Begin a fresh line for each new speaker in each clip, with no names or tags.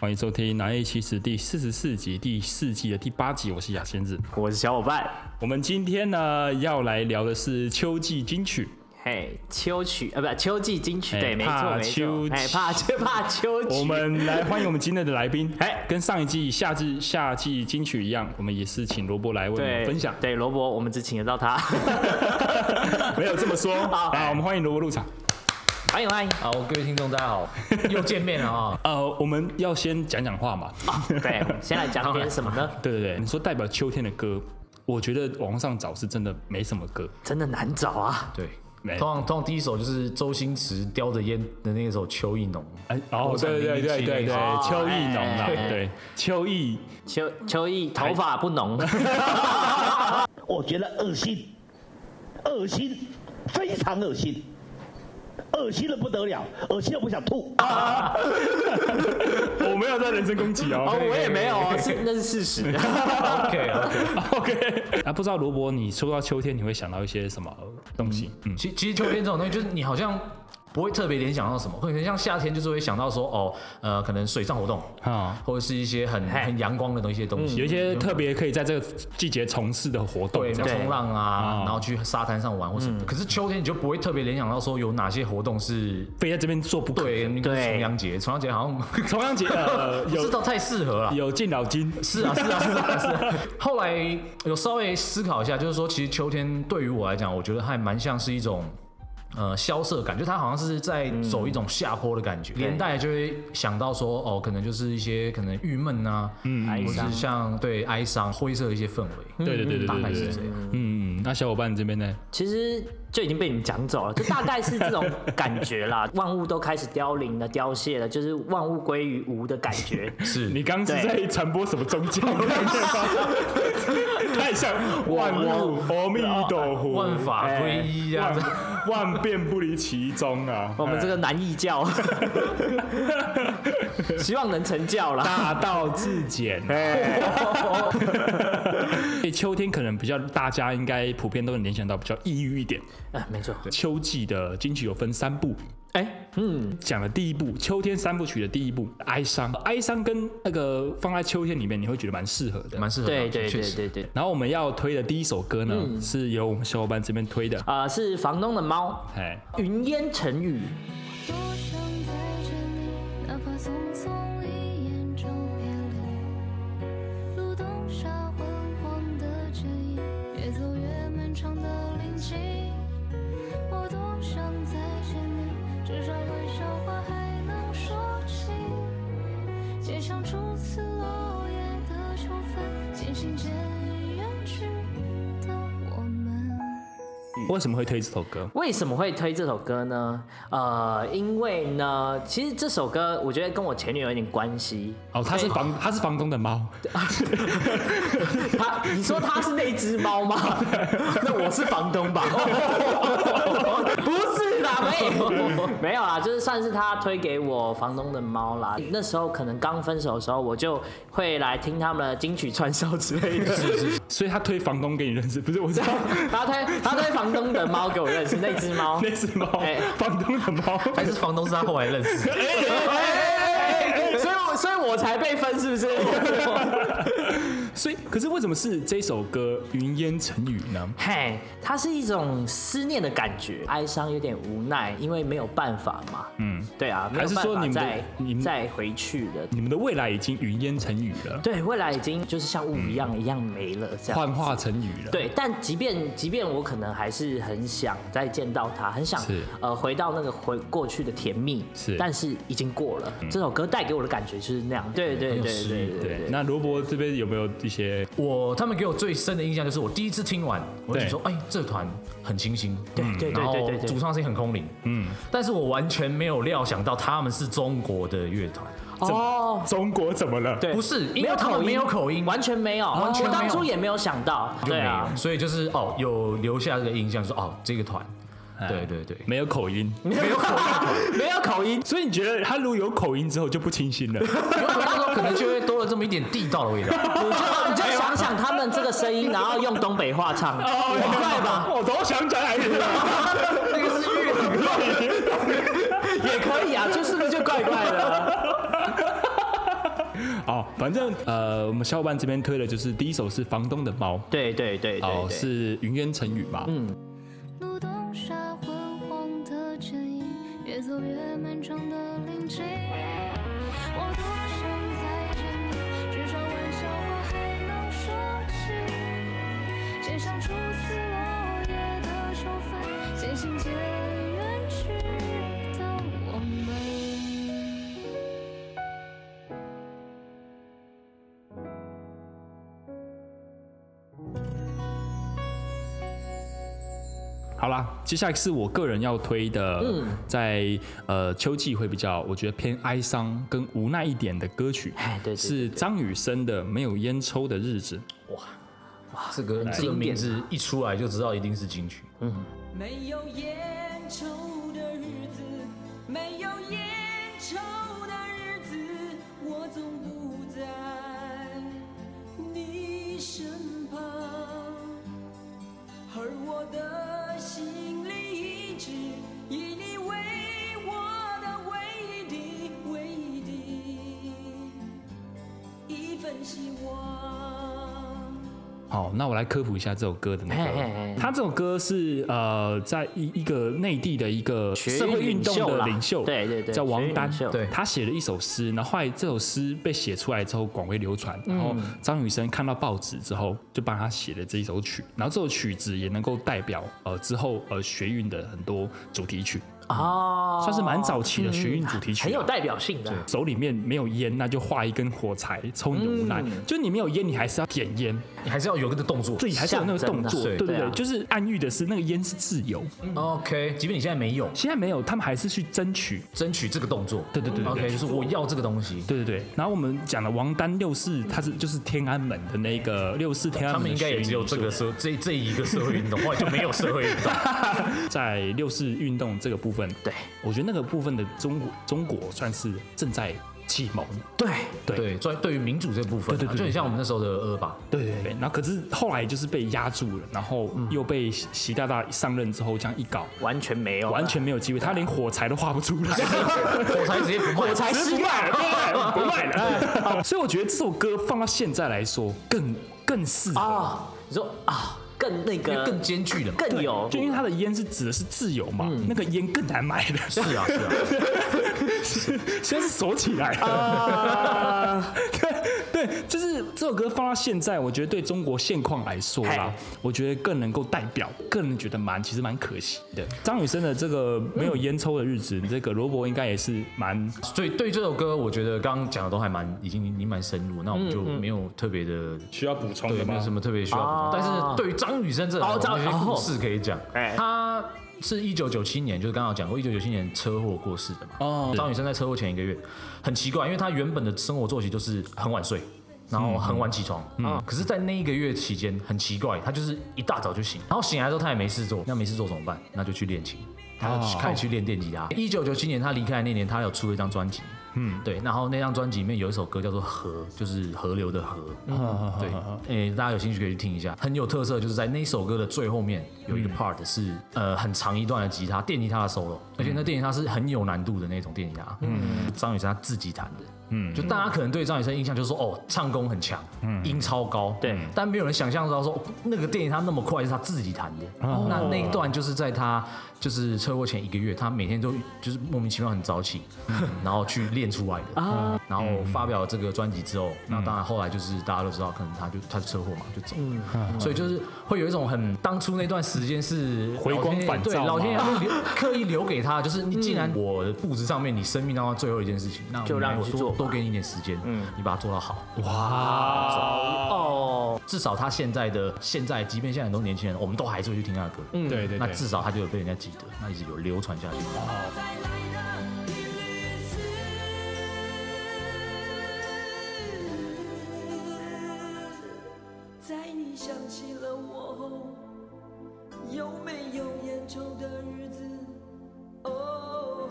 欢迎收听《南 A 其实》第四十四集，第四季的第八集，我是雅仙子。
我是小伙伴。
我们今天呢要来聊的是秋季金曲，
嘿，秋曲啊，不，秋季金曲，
哎
对，没
怕
错，没
秋
错。哎，
曲
怕 秋怕秋曲。
我们来欢迎我们今天的来宾。
哎
跟上一季夏季夏季金曲一样，我们也是请罗伯来为我
对
们分享。
对罗伯，我们只请得到他。
没有这么说，
好
来，我们欢迎罗伯入场。
欢迎欢迎。
好，各位听众大家好，又见面了啊、
呃，我们要先讲讲话 嘛。
对，我们先来讲点什么呢？
对对对，你说代表秋天的歌，我觉得网上找是真的没什么歌。
真的难找啊。
对
没，
通常通常第一首就是周星驰叼着烟的那首《秋意浓》，
哎，哦，
国产
对对
零零
对
七
对对，
那
首
秋意浓啦，
哎
对，秋意
秋秋意头发不浓。
我觉得恶心，恶心，非常恶心，恶心的不得了，恶心的我想吐。
我没有在人身攻击
哦，
哦。
我也没有哦，是那是事 实。
OK OK，
OK，啊，不知道罗伯，你说到秋天，你会想到一些什么东西？嗯，
其其实秋天这种东西，就是你好像不会特别联想到什么，会很像夏天，就是会想到说哦，呃，可能水上活动
啊
或者是一些很
嘿
很阳光的东西东西，
有一些特别可以在这个季节从事的活动，
对
这样
冲浪啊嗯
哦，
然后去沙滩上玩或什么的。可是秋天你就不会特别联想到说有哪些活动是。
非在这边做不可。
对，那个
对
重阳节，重阳节好像
重阳节呃
不知
有
道太适合了。
有敬老金，
是啊，是啊，是啊，是啊。后来有稍微思考一下，就是说，其实秋天对于我来讲，我觉得还蛮像是一种。呃，萧瑟感，就它好像是在走一种下坡的感觉，连带就会想到说，哦，可能就是一些可能郁闷啊，嗯，
哀
或
伤
是像对哀伤、灰色的一些氛围，
对对对对
大
对
概
对
是
对
这样。
嗯，嗯那小伙伴这边呢？
其实就已经被你们讲走了，就大概是这种感觉 啦。万物都开始凋零了、凋谢了，就是万物归于无的感觉。
是
你刚是
对
在传播什么宗教？太像万物阿弥陀佛，
万法归一啊，这
万万变不离其宗啊！
我们这个南异教，希望能成教啦。
大道至简。 所以秋天可能比较大家应该普遍都能联想到比较抑郁一点。
哎，没错。
秋季的金曲有分三部，
哎，嗯，
讲的第一部秋天三部曲的第一部《哀伤》，《哀伤》跟那个放在秋天里面，你会觉得蛮适合的。
蛮适合的，
对对
确
对
实
对对，
然后我们要推的第一首歌呢，是由我们小伙伴这边推的，
啊、是房东的猫，
哎，
云烟成雨，
多想在这里，哪怕匆匆一眼就别离。路灯下昏黄的指引，越走越漫长的林径。我多想再见你，至少玩笑话还能说起。街上初次落叶的秋分，渐行渐远去的我们。
为什么会推这首歌？
为什么会推这首歌呢？呃，因为呢，其实这首歌我觉得跟我前女友有点关系。
哦，它是房，它是房东的猫，
他，你说他是那只猫吗？ 那我是房东吧？ 不是 啦，没有，没有啦，就是算是他推给我房东的猫啦。那时候可能刚分手的时候，我就会来听他们的金曲串烧之类的。
所以他推房东给你认识，不是我知道
他推他推房东的猫给我认识，那只 猫。
那只猫
哎，
房东的猫，
还是房东是他后来认识的，
所以我，所以我才被分，是 不是？
所以可是为什么是这首歌《云烟成雨》呢？
嘿，它是一种思念的感觉，哀伤有点无奈，因为没有办法嘛。嗯，对啊，没
还
有
是
办
说
法
你们的
再
你们
再回去的。
你们的未来已经云烟成雨了，
对，未来已经就是像雾一样、一样没了这样。
幻化成雨了。，
对，但即便即便我可能还是很想再见到他，很想
是
呃回到那个回过去的甜蜜，
是
但是已经过了。这首歌带给我的感觉就是那样，对对
很有
对
诗
对
意
对对
对。那罗伯这边有没有一些
我他们给我最深的印象就是我第一次听完，我就觉得说，哎，这团很清新，
对对对
然
对
后
对对
主唱是很空灵，嗯，但是我完全没有料想到他们是中国的乐团，
哦，
中国怎么了？
对，
不是因为他们没有口音，
完全没有，
完全
我当
没有
初也没有想到，
就
对
没
啊
有，，所以就是哦，有留下这个印象，说哦，这个团，对对对，
没有口音，
没有口音，没有口音，
所以你觉得他如果有口音之后就不清新了？
那时候可能就会多了这么一点地道的味道，
你就你就想想他们这个声音，然后用东北话唱，
哦
很快吧？
我都想讲来 了。
那个是粤语，
也可以啊，就是不是就怪怪的？
好，反正呃，我们小伙伴这边推的就是第一首是《房东的猫》，
对对对对
哦，
对，
是云烟成语嘛？
嗯，
路灯下昏黄的剪影，越走越漫长的林径。我多想再见你，至少玩笑话还能说起。街上初次落叶的秋分，渐行渐远去的我们。
好啦，接下来是我个人要推的，
嗯
在呃秋季会比较，我觉得偏哀伤跟无奈一点的歌曲
哎，对对对
是张雨生的《没有烟抽的日子》。
这个这个
经典啊
名字一出来就知道一定是金曲。
没有烟抽的日子，没有烟抽的日子，我总不在你身旁，而我的心里一直以你为我的唯一的、唯一的一份希望。
好，那我来科普一下这首歌的那
嘿嘿嘿
个。他这首歌是呃，在一一个内地的一个
学运
社会运动
领袖
的
啦
领袖，
对对对
叫王丹
学运领袖，
对
他写了一首诗，然后后来这首诗被写出来之后广为流传，然后张雨生看到报纸之后就帮他写了这一首曲，然后这首曲子也能够代表呃之后呃学运的很多主题曲，
哦，嗯
算是蛮早期的学运主题曲啊，
很有代表性的。
手里面没有烟，那就画一根火柴抽你的
嗯
无奈，就你没有烟，你还是要点烟，
你还是要有一个动作。
自己还是有那个动作，
象征的
对不对？
对啊
就是暗喻的是那个烟是自由，
OK，即便你现在没有，
现在没有，他们还是去争取。
争取这个动作。
对对对对对
OK，就是我要这个东西。
对对对，然后我们讲的王丹六四，他是就是天安门的那个六四天安门，
他们应该也只有这个。社这这一个社会运动，后来就没有社会运动。
在六四运动这个部分，
对
我觉得那个部分的中国中国算是正在启蒙，
对
对
对，对，对于民主这部分
对
啊，
对对对
就很像我们那时候的二吧。
对对对，然后可是后来就是被压住了，然后又被习习大大上任之后这样一搞，
完全没有，
完全没有机会，他连火柴都画不出来。
火柴直接不卖，火柴
不卖了，不卖了，不卖 了。所以我觉得这首歌放到现在来说，更更适合。
啊。你说啊，更那个
更艰巨了嘛。
更有，
就因为它的烟是指的是自由嘛，那个烟更难买的，
是啊是啊，
现在是锁起来了。 对对，就是这首歌放到现在，我觉得对中国现况来说啦，我觉得更能够代表，个人觉得蛮其实蛮可惜的。张雨生的这个没有烟抽的日子，这个罗伯应该也是蛮
所以对于这首歌，我觉得刚刚讲的都还蛮已经已经蛮深入，那我
嗯
们就没有特别的。
需要补充
对，没有什么特别需要补充。
哦
但是对于张雨生这
哦
种
张
这些故事可以讲，
哎
他是一九九七年，就是刚刚有讲过，一九九七年车祸过世的嘛。
哦
张雨生在车祸前一个月，很奇怪，因为他原本的生活作息就是很晚睡。然后很晚起床，嗯，可是，在那一个月期间，很奇怪，他就是一大早就醒，然后醒来之后他也没事做，那没事做怎么办？那就去练琴，他
哦
就开始去练电吉他。一九九七年他离开的那年，他有出了一张专辑，嗯，对，然后那张专辑里面有一首歌叫做《河》，就是河流的河，对，诶、哎大家有兴趣可以去听一下，很有特色，就是在那首歌的最后面有一个 part 是、呃很长一段的吉他电吉他的 solo，而且那电吉他是很有难度的那种电吉他，嗯，张雨生他自己弹的。嗯，就大家可能对张雨生印象就是说，哦，唱功很强，音超高，
对
但没有人想象到说，哦那个电吉他那么快是他自己弹的。
嗯
那那一段就是在他就是车祸前一个月，他每天都就是莫名其妙很早起，
嗯
然后去练出来的。
啊
然后发表这个专辑之
嗯
后，那当然后来就是大家都知道，可能他就他就车祸嘛，就走
嗯
了。
嗯
所以就是会有一种很当初那段时间是
回光返照
对
嘛
老天爷会留刻意留给他，就是你既然我的步子上面你生命当中最后一件事情，那
就让
我
我
们
去做嗯
多多给你一点时间，你把它做到好。
哇
哦，
至少他现在的现在，即便现在很多年轻人，我们都还是会去听他的歌。嗯，
对对
那
对
至少他就有被人家记得，那一直有流传下去。
再来的第一次，在你想起了我后，有没有烟抽的日子？哦。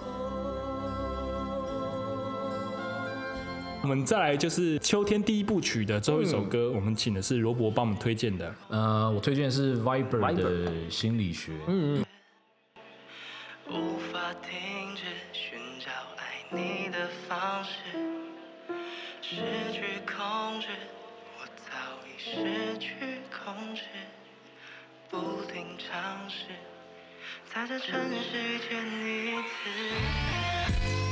我们再来就是秋天第一部曲的最后一首歌，我们请的是罗伯帮我们推荐的。
呃，我推荐的是 Viber
Viber
的心理学。
嗯
无法停止寻找爱你的方式，失去控制，我早已失去控制，不停尝试，在这城市遇见你一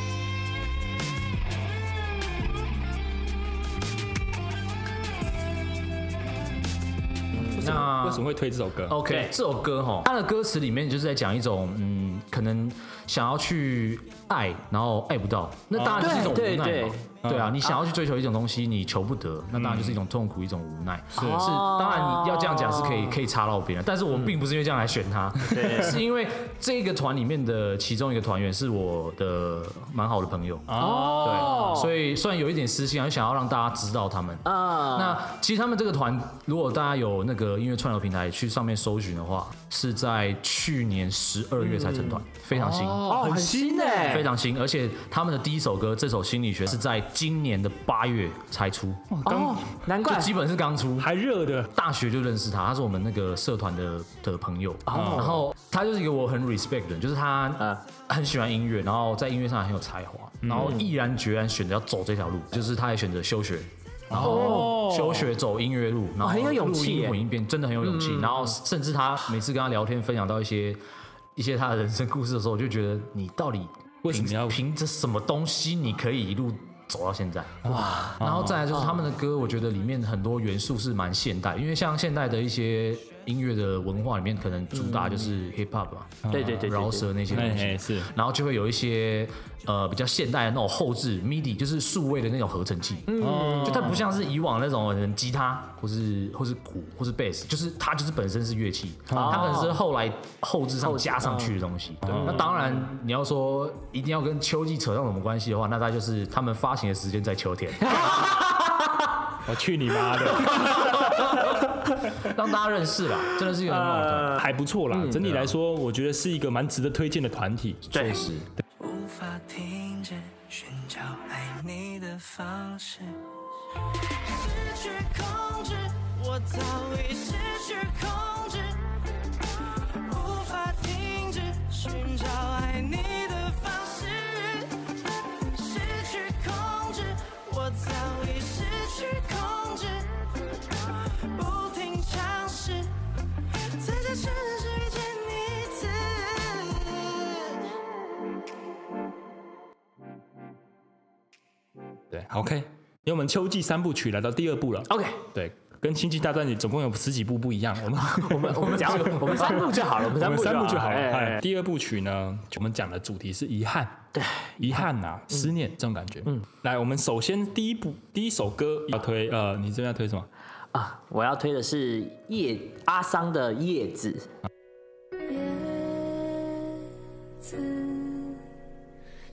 次。
啊
那
为什么会推这首歌？
OK，
对
这首歌哈，它的歌词里面就是在讲一种，嗯，可能想要去爱，然后爱不到，那当然就是一种
对
无奈
对
嘛。对
嗯
啊，你想要去追求一种东西，你求不得，那当然就是一种痛苦，一种无
啊
奈。是是，当然你要这样讲是可以
嗯
可以插到别人，但是我并不是因为这样来选他， 是因为这个团里面的其中一个团员是我的蛮好的朋
啊
友，
哦
对，所以虽然有一点私心，还是啊想要让大家知道他们。
啊，
那其实他们这个团，如果大家有那个音乐串流平台去上面搜寻的话，是在去年十二月才成团，非常新，
哦，很新
欸
哎，
非常新。而且他们的第一首歌，这首《心理学》是在今年的八月才出，
哦，难
就
怪
基本是刚出。
还热的，
大学就认识他，他是我们那个社团的的朋友，
哦
然后他就是一个我很 respect 的人，就是他
啊
很喜欢音乐，然后在音乐上很有才华，
嗯
然后毅然决然选择要走这条路，就是他也选择休学，然后休学走音乐路，然后
哦很有勇
录
气
音
耶嗯
混音变真的很有勇气，然后甚至他每次跟他聊天分享到一些一些他的人生故事的时候，我就觉得你到底
为什么
凭
要
凭着什么东西你可以一路走到现在？然后再来
啊
就是他们的歌，我觉得里面很多元素是蛮现代，因为像现代的一些音乐的文化里面，可能主打就是 hip hop 嘛，
嗯对对对对
饶舌那些东
哎哎
西
是
然后就会有一些呃比较现代的那种后置 MIDI，就是数位的那种合成器，
哦
嗯，就它不像是以往那种人吉他或是或是鼓或是 bass，就是它就是本身是乐器，
哦
它可能是后来后置上加上去的东西。对，那当然你要说一定要跟秋季扯上什么关系的话，那它就是他们发行的时间在秋天。
我哦去你妈的！
让大家认识啦，
呃
真的是一个很好的团。
嗯
还不错啦，整体来说，我觉得是一个蛮值得推荐的团体。
确实，
无法停止寻找爱你的方式。失去控制，我早已失去控制，无法停止寻找爱你的方式。失去控制，我早已失去控制，不停尝试，在这城市遇见你一次。
对，OK，因为我们秋季三部曲来到第二部了。
OK，
对，跟《星际大战》总共有十几部不一样，我们我们
我 们讲我们三步就好了，我们
我
三
们
步
三部就好了。
哎
哎
哎，
第二部曲呢，我们讲的主题是遗憾，对，遗憾呐，
嗯
思念这种感觉。嗯，来，我们首先第一部第一首歌要推，呃，你这边要推什么？
啊，我要推的是叶阿桑的叶子，
叶子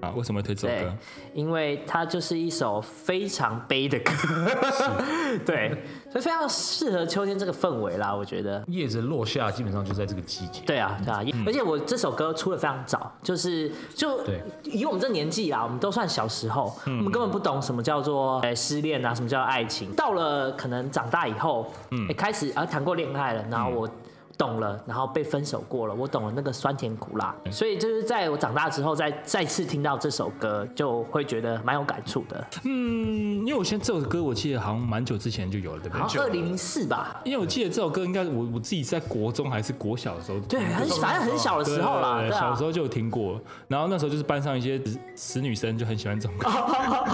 啊，为什么会推这首
对
歌？，
因为它就是一首非常悲的歌， 对，所以非常适合秋天这个氛围啦，我觉得。
叶子落下基本上就在这个季节。
对啊，对啊，而且我这首歌出的非常早，就是就
对
以我们这年纪啊，我们都算小时候，我们根本不懂什么叫做呃失恋啊，什么叫爱情。到了可能长大以后，嗯，开始啊谈过恋爱了，然后我。懂了，然后被分手过了，我懂了那个酸甜苦辣，所以就是在我长大之后，再再次听到这首歌，就会觉得蛮有感触的。
嗯，因为我现在这首歌我记得好像蛮久之前就有了，对不嗯
好
对
像？二零零四吧，
因为我记得这首歌应该我我自己在国中还是国小的时候听过，
对，很反正很小的
对
时候啦，
对
对
对
啊
小时，候就有听过。然后那时候就是班上一些死死女生就很喜欢这种歌，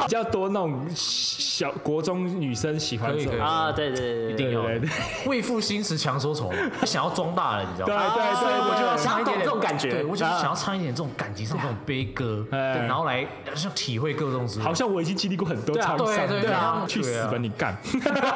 比较多那种小国中女生喜欢这种
可以可以
歌。
啊，对对对对
对
对，
对对
为赋新词强说愁嘛，想要装大人，你知道
对
吗？
对
所以
对，
我就啊想
唱
懂
一点
这
点
种感觉，
对我就是
啊
想要唱一点这种感情上这种悲歌，对
哎
然后来像体会各种滋味
好像我已经经历过很多
对啊
沧
对
桑，
对
对
对啊
去
对
死
啊
吧你干！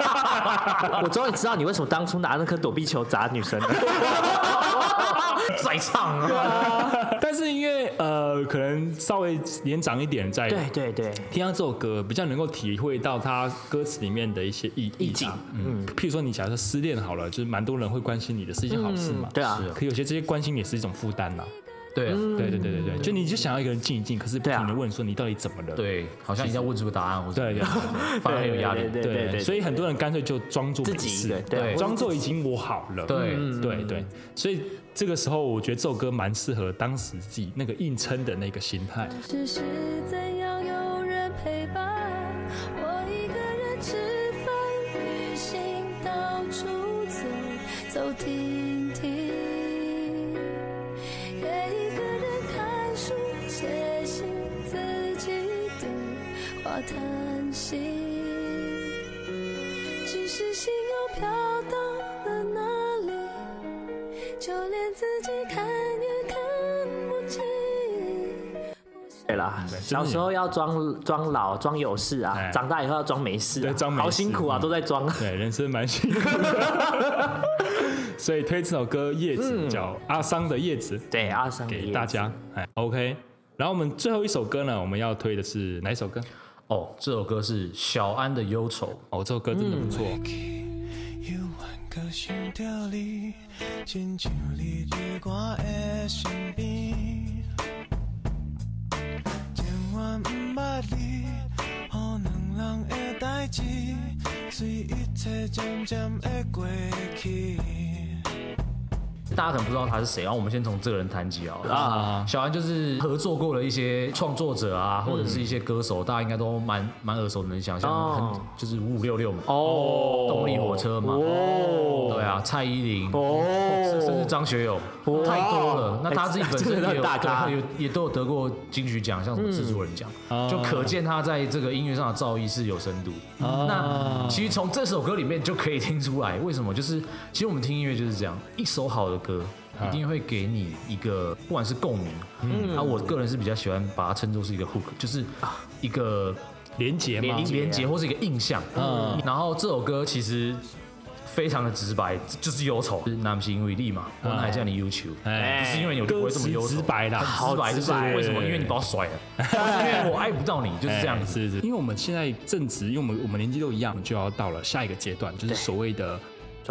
我终于知道你为什么当初拿那颗躲避球砸女生了。
再唱啊，
但是因为呃，可能稍微年长一点再
对对对，
听到这首歌，比较能够体会到它歌词里面的一些意
意境
啊嗯，譬如说你假设失恋好了，就是蛮多人会关心你的，是一件好事嘛。
对啊是
可有些这些关心也是一种负担呐。
对啊
嗯
对对对对对，就你就想要一个人静一静，可是不
对啊
停的问说你到底怎么了？
啊
对，好像一定要问出个答案，或者
对对
反而有压力。
对对
对
对，
所以很多人干脆就装作
自
没
己嗯
事
一个对
对
装作已经我好了。
对
对对，所以这个时候我觉得这首歌蛮适合当时自己那个硬撑的那个心态。
只是怎样有人陪伴，我一个人吃饭、旅行、到处走走停停，也一个人看书、写信、自己对话、叹息。只是心又飘到了哪里，就连自己看也看不清。
对啦
对，真的
小时候要装装老装有事啊
哎，
长大以后要装没事啊
对，装没事
好辛苦啊，
嗯
都在装。
对，人生蛮辛苦的。 所以推这首歌《叶子》
嗯
叫阿桑的《叶子》
对，啊阿桑的
给
夜
大家。哎，OK。然后我们最后一首歌呢，我们要推的是哪一首歌？
哦，这首歌是小安的忧愁。
哦，这首歌真的不错。
嗯
有万个心跳里，亲像你伫我的身边。情愿毋捌你，予两人的代志，随一切渐渐会过去。
大家可能不知道他是谁，然后我们先从这个人谈起啊。啊，小安就是合作过的一些创作者啊，或者是一些歌手，大家应该都蛮蛮耳熟能详，像
哦
很就是五五六六嘛，
哦，
动力火车嘛，
哦，
对啊，蔡依林，甚甚
哦
至，张学友，太多了。那他自己本身
真的
也有
大咖嗯
对也也都有得过金曲奖，像什么制作人奖，
哦
就可见他在这个音乐上的造诣是有深度的。
哦
那其实从这首歌里面就可以听出来，为什么？就是其实我们听音乐就是这样，一首好的
啊
歌。一定会给你一个，不管是共鸣，嗯，啊，我个人是比较喜欢把它称作是一个 hook，就是
啊
一个
连结吗
连？连接或是一个印象。嗯，然后这首歌其实非常的直白，就是忧愁，就是南是因为力嘛，我哪叫你忧愁？
哎
不是因为你我就不
歌
会这么
词
忧愁，
直白啦，
很直白就是为什么？因为你把我甩了，或是因为我爱不到你，就是这样子。
哎是是，因为我们现在正值，因为我们我们年纪都一样，就要到了下一个阶段，就是所谓的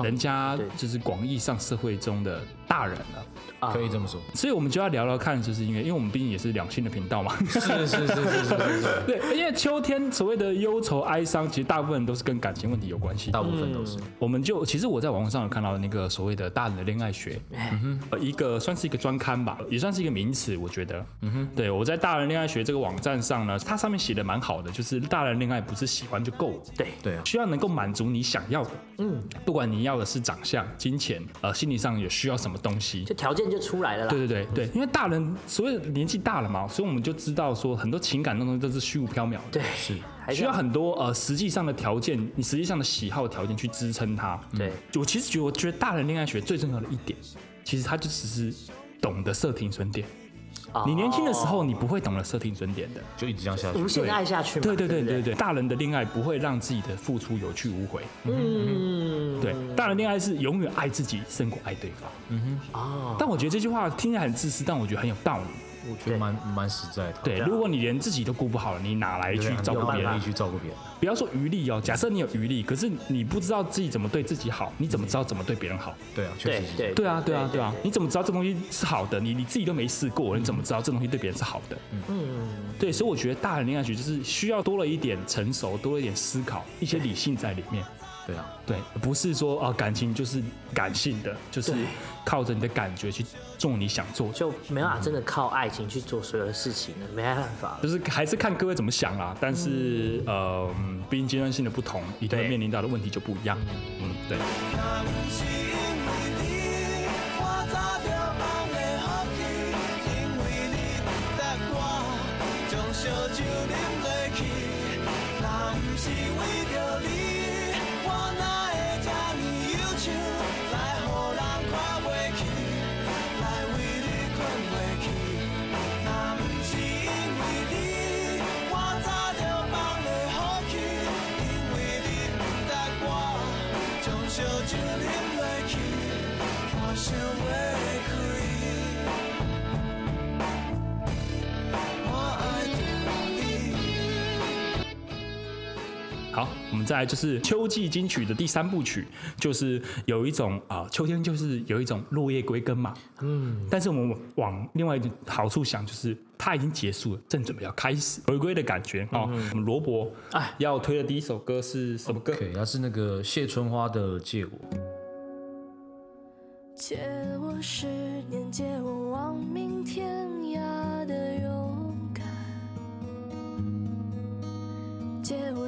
人家
对
就是广义上社会中的大人了。
可以这么说，
所以我们就要聊聊看，就是因为因为我们毕竟也是两性的频道嘛。
是是是是是是，
对，因为秋天所谓的忧愁、哀伤，其实大部分都是跟感情问题有关系。
大部分都是。
我们就其实我在网络上有看到那个所谓的大人的恋爱学，呃一个算是一个专刊吧，也算是一个名词，我觉得。嗯哼，对我在大人恋爱学这个网站上呢，它上面写的蛮好的，就是大人恋爱不是喜欢就够了。
对，
对啊，
需要能够满足你想要的，嗯，不管你要的是长相、金钱，呃，心理上也需要什么东西，
就条件就出来了啦。
对对对对，因为大人所以年纪大了嘛，所以我们就知道说很多情感的东西都是虚无缥缈的，
对，是还是
需要很多呃实际上的条件，你实际上的喜好条件去支撑它。嗯
对
我其实觉得，我觉得大人恋爱学最重要的一点，其实它就只是懂得设停损点。
哦
你年轻的时候，你不会懂得设停损点的。
就一直这样下去
无。限爱下去嘛。
对对
对
对
不
对对，大人的恋爱不会让自己的付出有去无回。
嗯，
对，大人恋爱是永远爱自己胜过爱对方。嗯哼，但我觉得这句话听起来很自私，但我觉得很有道理。
我觉得蛮蛮实在的。
对，如果你连自己都顾不好了，你哪来
啊对
去
啊，
照顾别
有能
人
力？去照顾别人，
不要说余力哦，假设你有余力，可是你不知道自己怎么对自己好，你怎么知道怎么对别人好？
对啊，确
对
实是这样。
对
对啊，对啊，对啊，你怎么知道这东西是好的？你你自己都没试过，你怎么知道这东西对别人是好的？嗯，对，所以我觉得大人恋爱学就是需要多了一点成熟，多了一点思考，一些理性在里面。
对啊，
对，不是说啊、感情就是感性的，就是靠着你的感觉去做你想做的，
就没办法真的靠爱情去做所有的事情了，没办法了。
就是还是看各位怎么想啦。但是、呃，嗯毕竟阶段性的不同，一定会
对
面临到的问题就不一样。嗯，对。
若不是因为你，我早就放袂好去。因为你值我，将烧酒饮落去。若不是为着你，我哪会这呢忧愁？来予人看袂起，来为你困袂去。若不是因为你，我早就放袂好去。因为你值我。将烧酒饮落去，我想袂开。我爱着你。
好好，我们再来就是秋季金曲的第三部曲，就是有一种啊、秋天就是有一种落叶归根嘛，嗯，但是我们往另外一种好处想，就是它已经结束了，正准备要开始回归的感觉哦。我们罗伯
哎
要推的第一首歌是什么歌？
OK，他是那个谢春花的《借我》。
借我十年，借我亡命天涯的勇敢，借我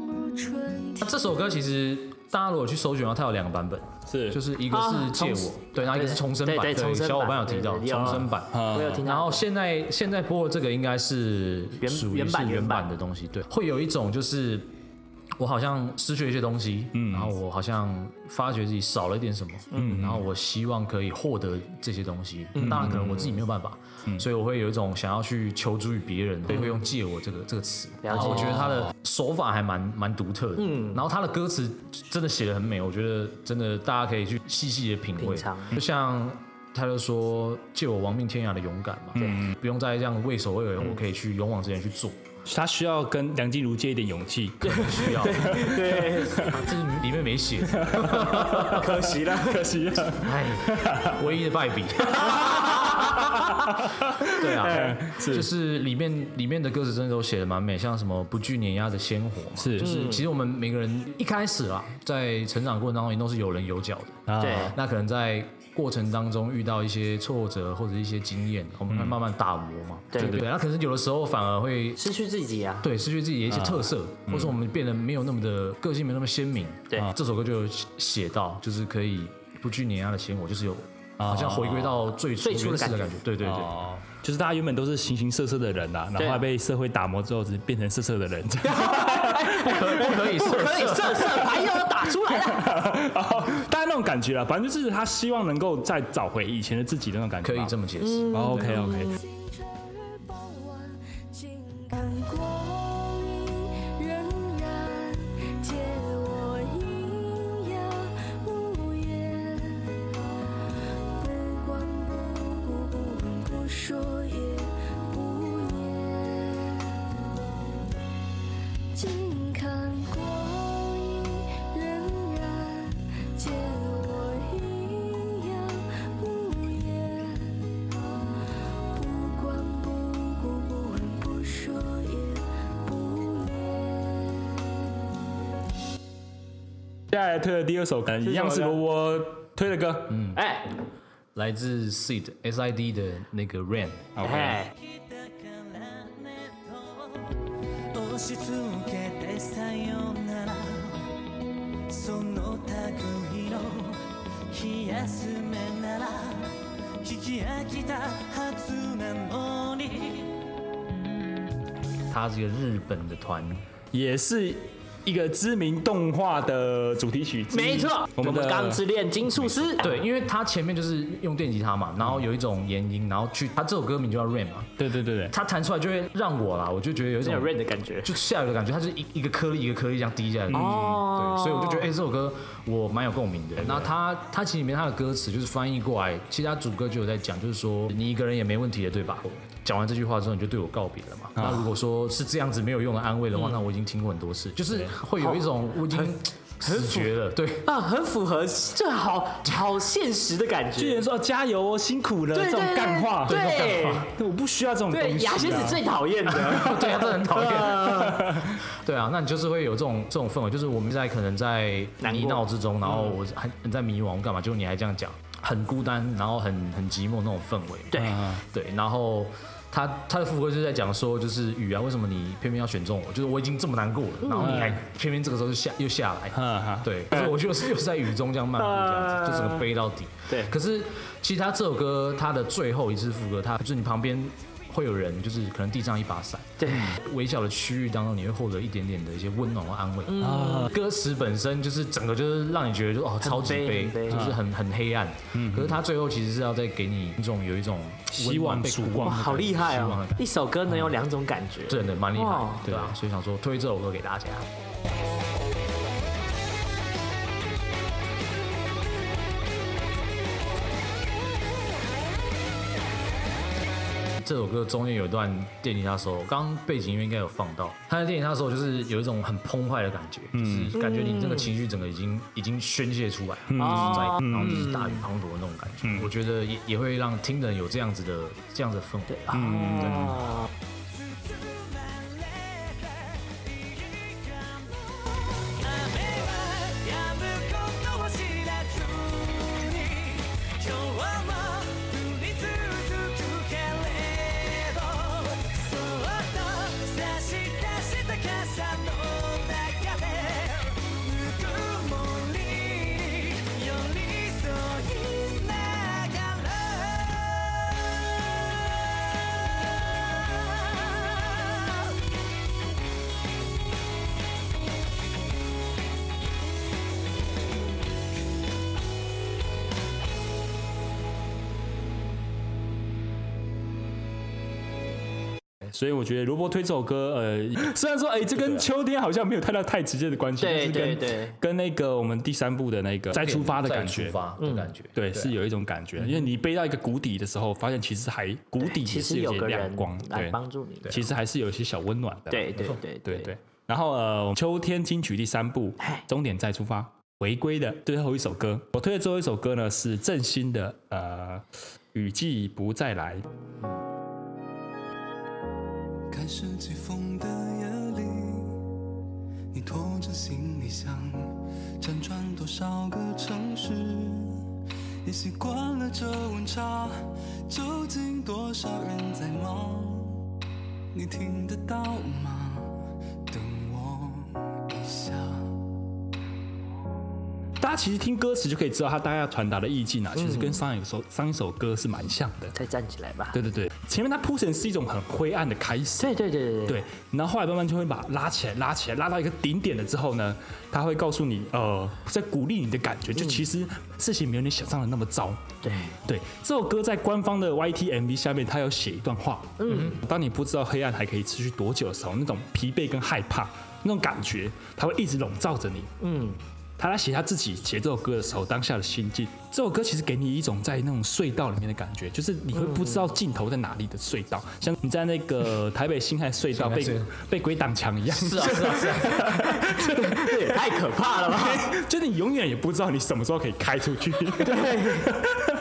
如春
那
天。
这首歌其实大家如果去搜寻的话，它有两个版本，
是
就是一个
啊
是借
重
我，对，然后一个是重生版，
对对重生版
小伙伴有提到
对对有
重生版。嗯
啊
我有听到。
然后现在现在播的这个应该是
原
属于
原
是
版
原
原版
版的东西，对，会有一种就是我好像失去了一些东西，嗯，然后我好像发觉自己少了一点什么，嗯，然后我希望可以获得这些东西，
嗯
当然可能我自己没有办法，所以我会有一种想要去求助于别人，所以会用“借我”这个这个词。
嗯了解哦
然后我觉得他的手法还蛮蛮独特的，嗯，然后他的歌词真的写的很美，我觉得真的大家可以去细细的品味
品尝，
就像。他就说：“借我亡命天涯的勇敢嘛，对，不用再这样畏首畏尾，我可以去勇往直前去做。
他需要跟梁静茹借一点勇气，
需要，对，这是里面没写，
可惜了，可惜 了。
哎，唯一的败笔。对啊，
哎是
就是里面里面的歌词真的都写的蛮美，像什么不惧碾压的鲜活嘛，
是
就是其实我们每个人一开始啦，在成长过程当中，一定都是有棱有角的，
啊
对
那可能在过程当中遇到一些挫折或者一些经验，我们会慢慢打磨嘛，
嗯对
就
对
对，那可能有的时候反而会
失去自己啊，嗯
对，失去自己的一些特色，或者我们变得没有那么的个性，没有那么鲜明。
对
啊这首歌就有写到，就是可以不惧碾压的鲜我，就是有好像回归到最初
啊最初的
原始的
感
感
觉
觉。对对对，
哦，就是大家原本都是形形色色的人啦、然
对
后
啊
他被社会打磨之后，只是变成色色的人。
不可不 可以色
可以
色。
射射牌又打出来了，
哦，大概那种感觉啦，反正就是他希望能够再找回以前的自己那种感觉
可
吧。
以这么解
嗯
释，
OK OK，
清晨与傍晚，竟敢光阴荏苒，借我阴阳无言，不管不顾，不说也不言。静看光阴荏苒，借我阴阳无言。不管不顾，不问不说也不言。
接下来推的第二首，可能一样是罗伯推的歌。嗯
哎
来自 Seed S I D 的那个 Rain，
，OK，
哎，
押し付けてさよならその類の冷やす目なら聞き飽きたはずなのに
它是一个日本的团，
也是一个知名动画的主题曲之一。
没错，
我们的
《钢之炼金术师》哎
对，因为它前面就是用电吉他嘛，然后有一种延音，然后去它这首歌名就叫 Rain 嘛，
对对对对，
它弹出来就会让我啦，我就觉得有一
很
种
有 rain 的感觉，
就下雨的感觉，它就是一一个颗粒一个颗粒这样滴下来的。
哦
哦，对，所以我就觉得，哎、这首歌我蛮有共鸣的。那它它其实里面它的歌词就是翻译过来，其实它主歌就有在讲，就是说你一个人也没问题的，对吧？讲完这句话之后，你就对我告别了嘛。
啊
那如果说是这样子没有用的安慰的话，那我已经听过很多次，就是会有一种我已经死绝了，对。
啊，很符合，这好好现实的感
巨
觉
人。说加油哦，辛苦了，这
对
种
对
干话，
对
这种干话对，我不需要这种东西
对，
啊。
牙仙子 最讨厌的，
对啊，这很讨
嗯
厌。对啊，那你就是会有这种这种氛围，就是我们在可能在
难过嗯
泥淖之中，然后我还你在迷惘干嘛，就你还这样讲，很孤单，然后很很寂寞那种氛围。嗯
对，
对，然后他他的副歌就是在讲说，就是雨啊，为什么你偏偏要选中我？就是我已经这么难过了，
嗯
然后你还偏偏这个时候就下又下来，
嗯嗯
对，可是我就是又是在雨中这样漫步这样子，就整个背到底。
嗯对
可是其实他这首歌他的最后一次副歌，他就是你旁边会有人就是可能递上一把伞，
对，
微小的区域当中，你会获得一点点的一些温暖和安慰。
嗯
啊，歌词本身就是整个就是让你觉得就哦超级
悲
悲，
很悲
就是很很黑暗。嗯，可是他最后其实是要再给你一种有一种
希望
温暖被
曙
鼓舞
光
的感觉
好厉害
希望
哦
的感！觉
一首歌能有两种感觉，
真的蛮厉害的
哇，
对啊，所以想说推这首歌给大家。这首歌中间有一段电吉他 solo，刚刚背景音乐应该有放到。他的电吉他 solo 就是有一种很澎湃的感觉，
嗯
就是感觉你这个情绪整个已经已经宣泄出来，就是在然后就是大雨滂沱的那种感觉。
嗯
我觉得也也会让听的人有这样子的这样子的氛围。
哦，
所以我觉得罗伯推这首歌，呃， 虽然说，哎、这跟秋天好像没有太大太直接的关系，
对
但是跟
对对
跟那个我们第三部的那个再出发的感
再
觉
出，发的感觉，啊
对，是有一种感觉，因为你背到一个谷底的时候，发现其实还谷底
其
也
实
是有
有
些
个
亮
人
光，
来
对，
帮助你，
其实还是有一些小温暖的，
对对对
对对。然后呃，秋天金曲第三部
嗨
《终点再出发》回归的最后一首歌，我推的最后一首歌呢是郑兴的呃《雨季不再来》。
看世季风的夜里，你拖着行李箱，辗转多少个城市，也习惯了这温差。究竟多少人在忙？你听得到吗？等我一下。
大家其实听歌词就可以知道他大概要传达的意境啊，
嗯
其实跟上一首上一首歌是蛮像的。
再站起来吧。
对对对，前面它铺陈是一种很灰暗的开始，
对对对对
对，然后后来慢慢就会把它拉起来，拉起来，拉到一个顶点了之后呢，他会告诉你，呃，在鼓励你的感觉，就
嗯
其实事情没有你想象的那么糟。
对，
对，这首歌在官方的 YT MV 下面，他有写一段话，嗯，当你不知道黑暗还可以持续多久的时候，那种疲惫跟害怕，那种感觉，它会一直笼罩着你。
嗯，
他在写他自己写这首歌的时候，当下的心境。这首歌其实给你一种在那种隧道里面的感觉，就是你会不知道尽头在哪里的隧道，像你在那个台北新海隧道被
新海隧道
被鬼挡墙一样，
是啊是啊是 啊，
这也太可怕了吧！
就是你永远也不知道你什么时候可以开出去。对。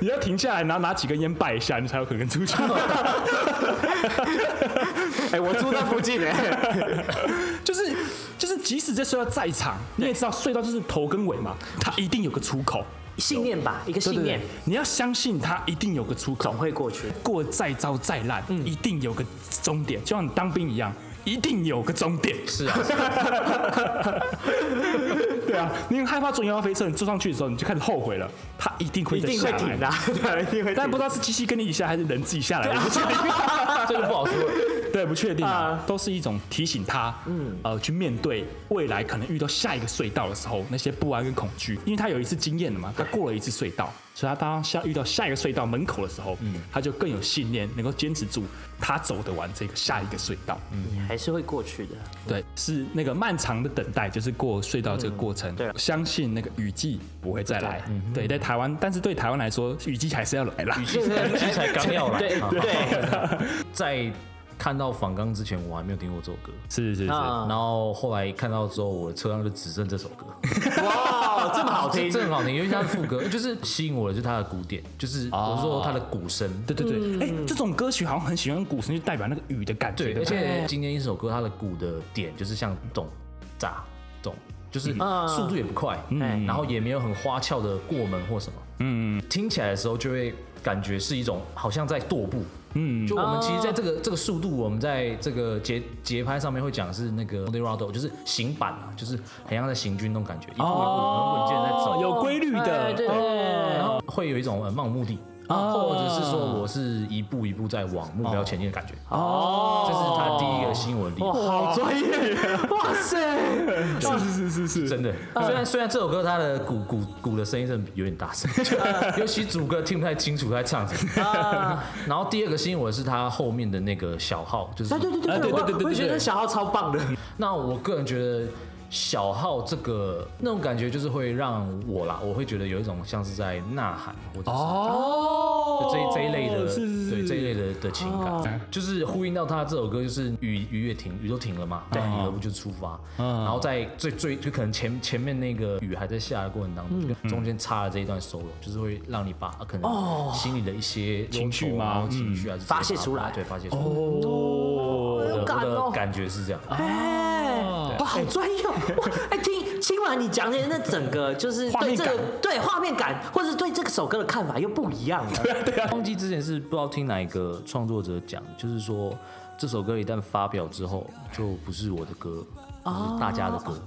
你要停下来，然后拿几根烟拜一下，你才有可能出去。
哎，我住在附近哎，
就是就是，即使这隧道再长，你也知道隧道就是头跟尾嘛，它一定有个出口。
信念吧，一
对
个信
对对
念，
你要相信它一定有个出口
总。会嗯过去。
过再糟再烂，一定有个终点，就像你当兵一样，一定有个终点。
是啊，是啊
对啊，你很害怕坐云霄飞车，你坐上去的时候，你就开始后悔了，它一定会
一
再
定
下
会
来
停的、啊，对，一定会停。
但不知道是机器跟你一下，还是人自己下来的，不确定。
这就不好说了。
对，不确定啊
啊，
都是一种提醒他，嗯，呃，去面对未来可能遇到下一个隧道的时候那些不安跟恐惧，因为他有一次经验了嘛，他过了一次隧道，所以他当下遇到下一个隧道门口的时候，嗯，他就更有信念，能够坚持住，他走得完这个下一个隧道，嗯。
还是会过去的。
对，是那个漫长的等待，就是过隧道这个过程。
对啊
相信那个雨季不会再来。对，在台湾，但是对台湾来说，雨季还是要来啦。
雨季才刚要来
对
啊
对，
在看到访刚之前，我还没有听过这首歌。
是是是，
啊
然后后来看到之后，我的车上就只剩这首歌，
哇，这么好听，
这很好听，因为它是副歌，就是吸引我的就是它的鼓点，就是我是说它的鼓声，
对对
嗯
对。哎、这种歌曲好像很喜欢用鼓声去代表那个雨的感觉。
对，
不
而
哎
且今天一首歌它的鼓的点就是像咚炸咚，就是
嗯
速度也不快，
嗯
然后也没有很花俏的过门或什么，嗯，听起来的时候就会感觉是一种好像在踱步。嗯，就我们其实在这个这个速度，我们在这个节节拍上面会讲是那个 d e r a d o 就是行板啊，哦就是很像在行军那种感觉，一步一步很稳健地在走。
有规律的，
哦哎
哦
对对对，
然后会有一种呃漫无目的。或者是说我是一步一步在往目标前进的感觉，
哦
这是他第一个新闻例子。
好专业，哇塞！
是是是是是，
真的，
嗯
虽然虽然这首歌它的鼓鼓鼓的声音是有点大声，就
嗯
尤其主歌听不太清楚他在唱什么。 然后第二个新闻是他后面的那个小号，就是
对对对
啊对对
对
对对对
我也觉
对
得小号超棒的。
那我个人觉得小号这个那种感觉就是会让我啦，我会觉得有一种像是在呐喊或者是
哦
就这一这一类的，
哦是是是哦
对这一类的的情感，就是呼应到他这首歌，就是雨雨也停，雨都停了
啊
嘛，对，雨了不就出发，然后在最最就可能前前面那个雨还在下的过程当
嗯
中，就中间插了这一段 solo，就是会让你把啊可能心里的一些
哦情绪
忧愁啊
吗嗯
或情绪啊
发泄出来
对，发泄出来，哦，我
好感
的
哦
我的感觉是这样，
哎，哇，好专业哦！哇，哎，听听完你讲解那整个就是
画
对
面
这
感
个对画面感，或者是对这个首歌的看法又不一样了。
忘记之前是不知道听哪一个创作者讲，就是说这首歌一旦发表之后，就不是我的歌，
哦
是大家的歌。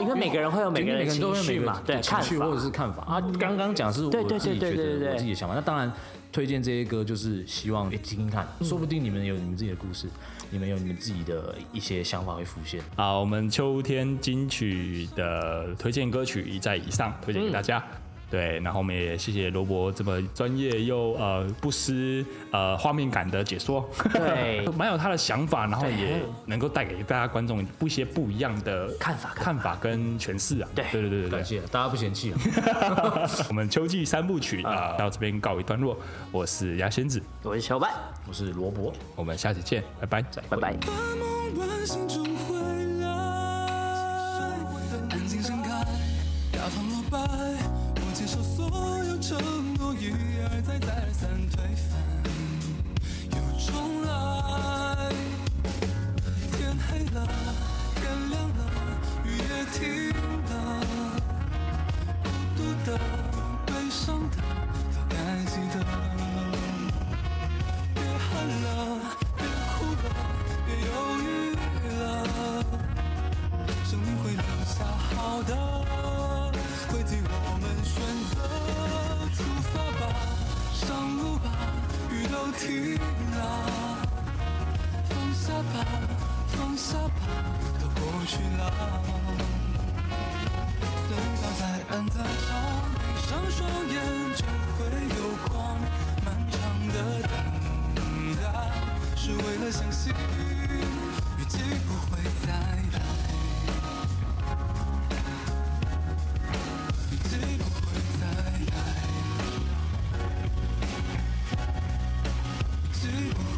因为每个人会有每
每
个
个
人
人
的
都
情
会有每
绪
个
嘛，对，
情
看
绪
法
或者是看法啊。刚刚讲是我
对对对
自己
对
觉
对对
得
对
我自己的想法，那当然推荐这些歌就是希望诶听听看，说不定你们有你们自己的故事，你们有你们自己的一些想法会浮现。
好，我们秋天金曲的推荐歌曲一在以上推荐给大家。
嗯
对，然后我们也谢谢罗伯这么专业又呃不失呃画面感的解说，
对
蛮有他的想法，然后
对
也能够带给大家观众不一些不一样的
看法
看法跟诠释啊。
对
对对对对
感
对，
谢大家不嫌弃啊，
我们秋季三部曲啊、到这边告一段落。我是牙仙子，
我是小白，
我是罗伯，
我们下期见，拜拜，再
拜拜。
把梦唤醒就回来，安静盛开，大方落败，我接受所有承诺一而再再三推翻又重来。天黑了，天亮了，雨也停了，孤独的、悲伤的，都该记得。别喊了，别哭了，别犹豫了，生命会留下好的，会替我们选择。出发吧，上路吧，雨都停了，放下吧，放下吧，都过去了。等到在岸的长，闭上双眼就会有光。漫长的等待是为了相信，雨季不会再来，雨季不会再来，雨季不会。